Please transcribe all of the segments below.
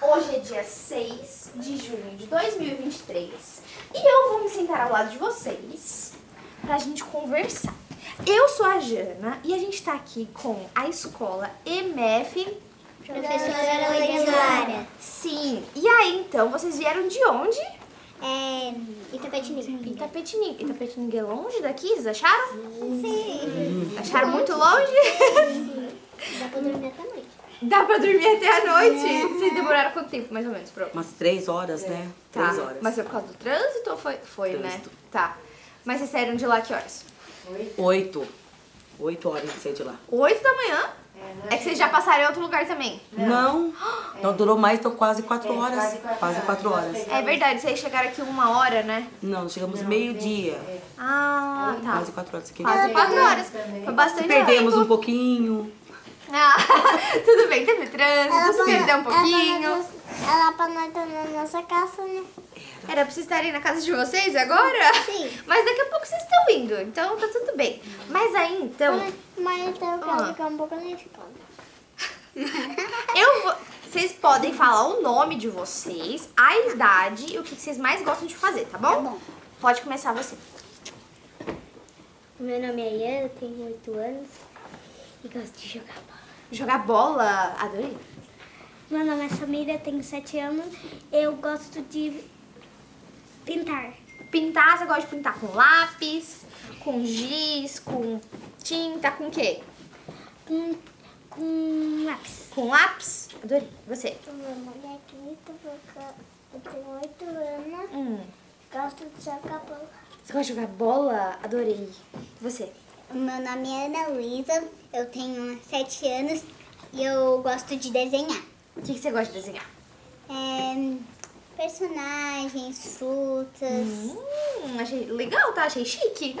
Hoje é dia 6 de junho de 2023 e eu vou me sentar ao lado de vocês pra gente conversar. Eu sou a Jana e a gente tá aqui com a escola MF. Professora Lourdes Lara. Sim, e aí então, vocês vieram de onde? É. Itapetininga. Itapetininga. Itapetininga é longe daqui, vocês acharam? Sim. Acharam muito longe? Dá pra dormir até noite. Dá pra dormir até a noite? Vocês demoraram quanto tempo, mais ou menos, pro Umas três horas, né? Tá. Três horas. Mas foi por causa do trânsito ou foi? Foi, Trânsito. né? Tá. Mas vocês saíram de lá que horas? Oito. Oito horas de sair de lá. Oito da manhã? É, que vocês já passaram em outro lugar também. Não. Não, durou mais, então quase quatro horas. Quase quatro, horas. É verdade, vocês chegaram aqui uma hora, né? Não, chegamos meio-dia. Ah, tá. Quase quatro horas. Aqui. é. Quase quatro horas. Foi bastante É, Perdemos um tempo. pouquinho. Ah, tudo bem, teve trânsito, se perdeu um pouquinho. Ela apanhou na nossa casa, né? Era pra vocês estarem na casa de vocês agora? Sim. Mas daqui a pouco vocês estão indo, então tá tudo bem. Mas aí então, Mas então eu quero Ah. ficar um pouco na escola. eu vou. Vocês podem falar o nome de vocês, a idade e o que vocês mais gostam de fazer, tá bom? Tá bom. Pode começar você. Meu nome é Ian, eu tenho 8 anos e gosto de jogar bola. Jogar bola, adorei. Meu nome é Samira, tenho 7 anos. Eu gosto de pintar. Pintar, você gosta de pintar com lápis, com giz, com tinta, com o quê? Com, com lápis. Com lápis? Adorei. Você? Meu nome é Clito, eu tenho 8 anos. Hum. Gosto de jogar bola. Você gosta de jogar bola? Adorei. Você? Meu nome é Ana Luísa, eu tenho 7 anos e eu gosto de desenhar. O que, que você gosta de desenhar? É, personagens, frutas. Hum, achei legal, tá? Achei chique.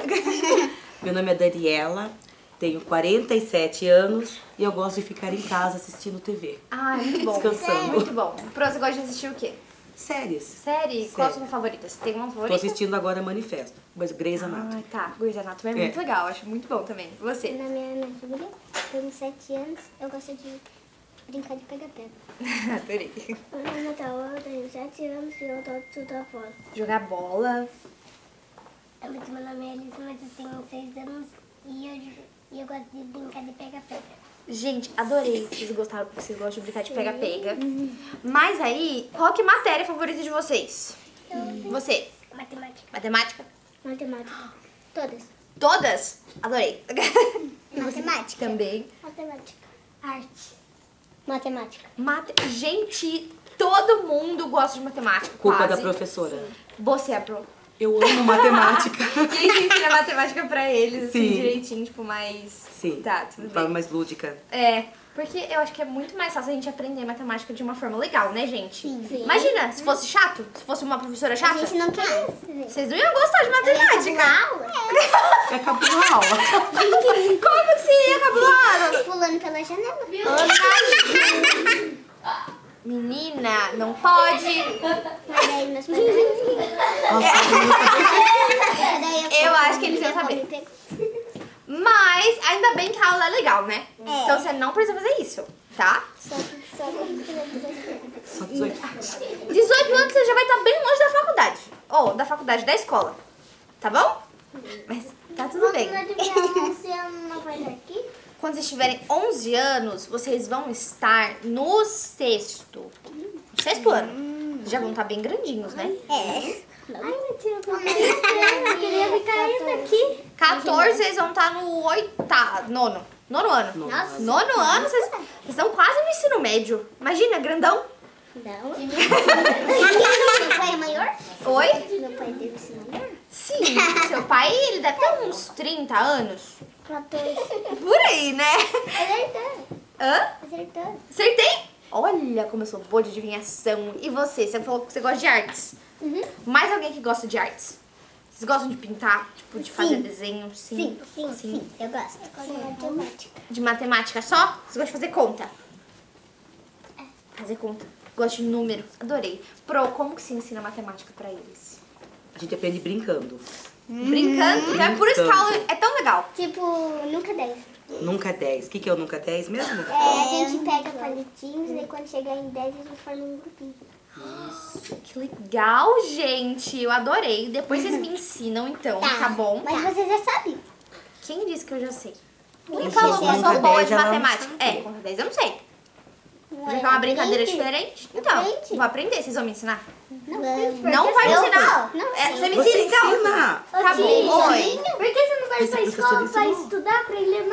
Meu nome é Daniela, tenho 47 anos e eu gosto de ficar em casa assistindo TV. ah, muito bom. Descansando. Muito bom. Pro, você gosta de assistir o quê? Séries. Série? Qual a Série. sua favorita? Você tem uma Tô favorita? assistindo agora Manifesto, mas Grey's Ah, Anatomy. tá. Grey's Anatomy é, É. muito legal. Acho muito bom também. Você? Meu nome é Ana Júlia, tenho 7 anos, eu gosto de brincar de pega-pega. Adorei. Meu nome é Taô, eu tenho 7 anos e eu adoro estudar fora. Jogar bola. Meu nome é Elisa, mas eu tenho 6 anos e eu, e eu gosto de brincar de pega-pega. Gente, adorei. Vocês gostaram porque vocês gostam de brincar de pega-pega. Mas aí, qual que é a matéria favorita de vocês? Você? Matemática. Matemática? Matemática. Todas. Todas? Adorei. Matemática. Também. Matemática. Arte. Matemática. Mate... Gente, todo mundo gosta de matemática. Culpa quase. da professora. Você é a pro. Eu amo matemática. E a gente ensina matemática pra eles, assim, Sim. direitinho, tipo, mais. Sim. Tá, tudo Forma bem. mais lúdica. É. Porque eu acho que é muito mais fácil a gente aprender matemática de uma forma legal, né, gente? Sim. Sim. Imagina, se fosse chato, se fosse uma professora chata. não quer. Vocês não iam gostar de matemática. aula? Acabou a aula. Como que você ia cabular? Pulando pela janela. Viu? Menina, não pode. Daí meus pais. Daí Eu acho que eles iam saber. Mas ainda bem que a aula é legal, né? Então você não precisa fazer isso, tá? Só que só que Só 18. 18 anos você já vai estar bem longe da faculdade. Ou da faculdade da escola. Tá bom? Mas tá tudo bem. Você não vai daqui? Quando vocês tiverem 11 anos, vocês vão estar no sexto. No sexto ano. Já vão estar bem grandinhos, né? É. Ai, mentira, eu queria ficar ainda aqui. 14, vocês vão estar no oitavo, nono. Nono ano. Nono. Nossa. Nono ano, vocês vocês estão quase no ensino médio. Imagina, grandão. Não. Meu pai é maior? Oi? Meu pai é deve ser maior. Sim, seu pai, ele deve ter uns 30 anos. 14. É Por aí, né? Acertou. Hã? Acertou. Acertei? Olha como eu sou boa de adivinhação. E você? Você falou que você gosta de artes. Uhum. Mais alguém que gosta de artes? Vocês gostam de pintar? Tipo, de fazer Sim. desenho? Sim, sim, sim. Eu gosto. Matemática. É. De matemática só? Vocês gostam de fazer conta? Fazer conta. gosto de número, adorei. Pro, como que se ensina matemática pra eles? A gente aprende brincando. Brincando, né? Por isso que a aula é tão legal. Tipo, nunca 10. Nunca 10. O que, que é o nunca 10 mesmo? É, a gente pega palitinhos e daí quando chegar em 10 a gente forma um grupinho. Que legal, gente. Eu adorei. Depois vocês me ensinam, então, tá, bom? Mas vocês já sabem. Quem disse que eu já sei? Ninguém Quem falou que eu sabe. sou boa de Ela não matemática? sabe. É, com certeza eu não sei. Não Já é que é uma brincadeira gente? é diferente. Então, Gente. vou aprender. Vocês vão me ensinar? Não, Não vai me Eu ensinar. vou. Não, É, sim. você me Você ensina, então. ensina. Tá bom. Oi. Por que você não vai Esse pra escola professor pra ensinou. estudar, pra ler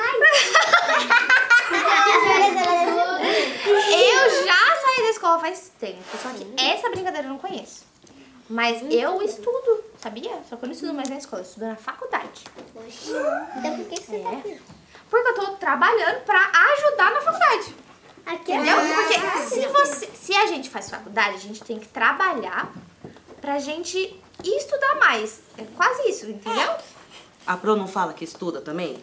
Ah, mais? Eu já saí da escola faz tempo, só que essa brincadeira eu não conheço. Mas Uhum. eu estudo, sabia? Só que eu não estudo mais na escola, eu estudo na faculdade. É. então por que que você tá aqui? Porque eu tô trabalhando pra ajudar na faculdade. Aqui ah, Entendeu? Porque se, você, se a gente faz faculdade, a gente tem que trabalhar pra gente estudar mais. É quase isso, entendeu? É. A Pro não fala que estuda também?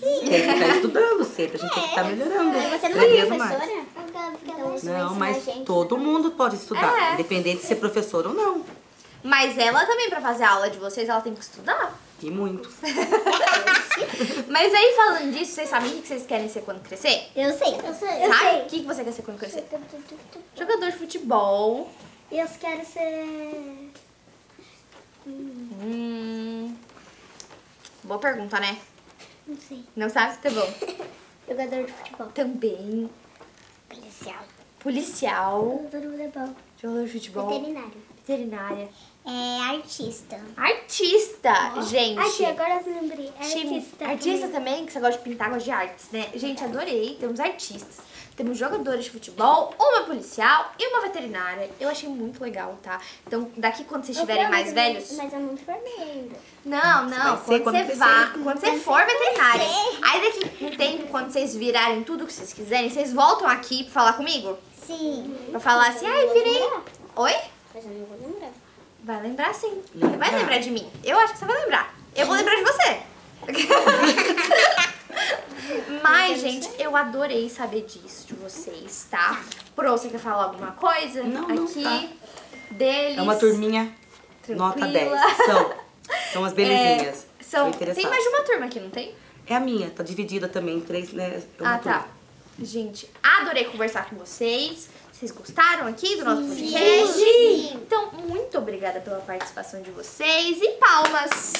Sim. Tem que estar estudando sempre. A gente tem que estar melhorando. Você não é aprendendo professora? mais. Então você vai Não, ensinar a mas gente. todo mundo pode estudar, É. independente de ser professor ou não. Mas ela também, pra fazer a aula de vocês, ela tem que estudar. E muito. Mas aí, falando disso, vocês sabem o que vocês querem ser quando crescer? Eu sei. Eu sei. Sabe? O que que você quer ser quando crescer? Jogador de futebol. Eu quero ser... Hum. Boa pergunta, né? Não sei. Não sabe? Tá bom. Jogador de futebol. Também. Policial. Policial. Jogador de futebol. Jogador de futebol. Veterinário. Veterinária. É artista. Artista, gente. Aqui, agora eu lembrei. É Chime- Artista. É Artista também, que você gosta de pintar, gosta de artes, né? Gente, adorei. Temos artistas, temos jogadores de futebol, uma policial e uma veterinária. Eu achei muito legal, tá? Então, daqui quando vocês estiverem mais velhos. Mas eu não formei ainda. Não, não. vai ser Quando quando você crescer. vá, quando você for veterinária. Aí daqui um tempo, quando vocês virarem tudo que vocês quiserem, vocês voltam aqui pra falar comigo? Sim. Pra falar assim, ai, virei. Oi? Mas eu não vou lembrar. Vai lembrar sim. Você vai Lembrar. lembrar de mim. Eu acho que você vai lembrar. Eu vou lembrar de você. Mas, gente, eu adorei saber disso de vocês, tá? Pro, você quer falar alguma coisa? Não, não, tá. Aqui. Deles. É uma turminha nota 10. Tranquila. São. São as belezinhas. É, são, Tô interessada. tem mais de uma turma aqui, não tem? É a minha, tá dividida também em três, né? Uma ah, tá. turma. Gente, adorei conversar com vocês. Vocês gostaram aqui do nosso podcast? Sim. Então, muito obrigada pela participação de vocês e palmas!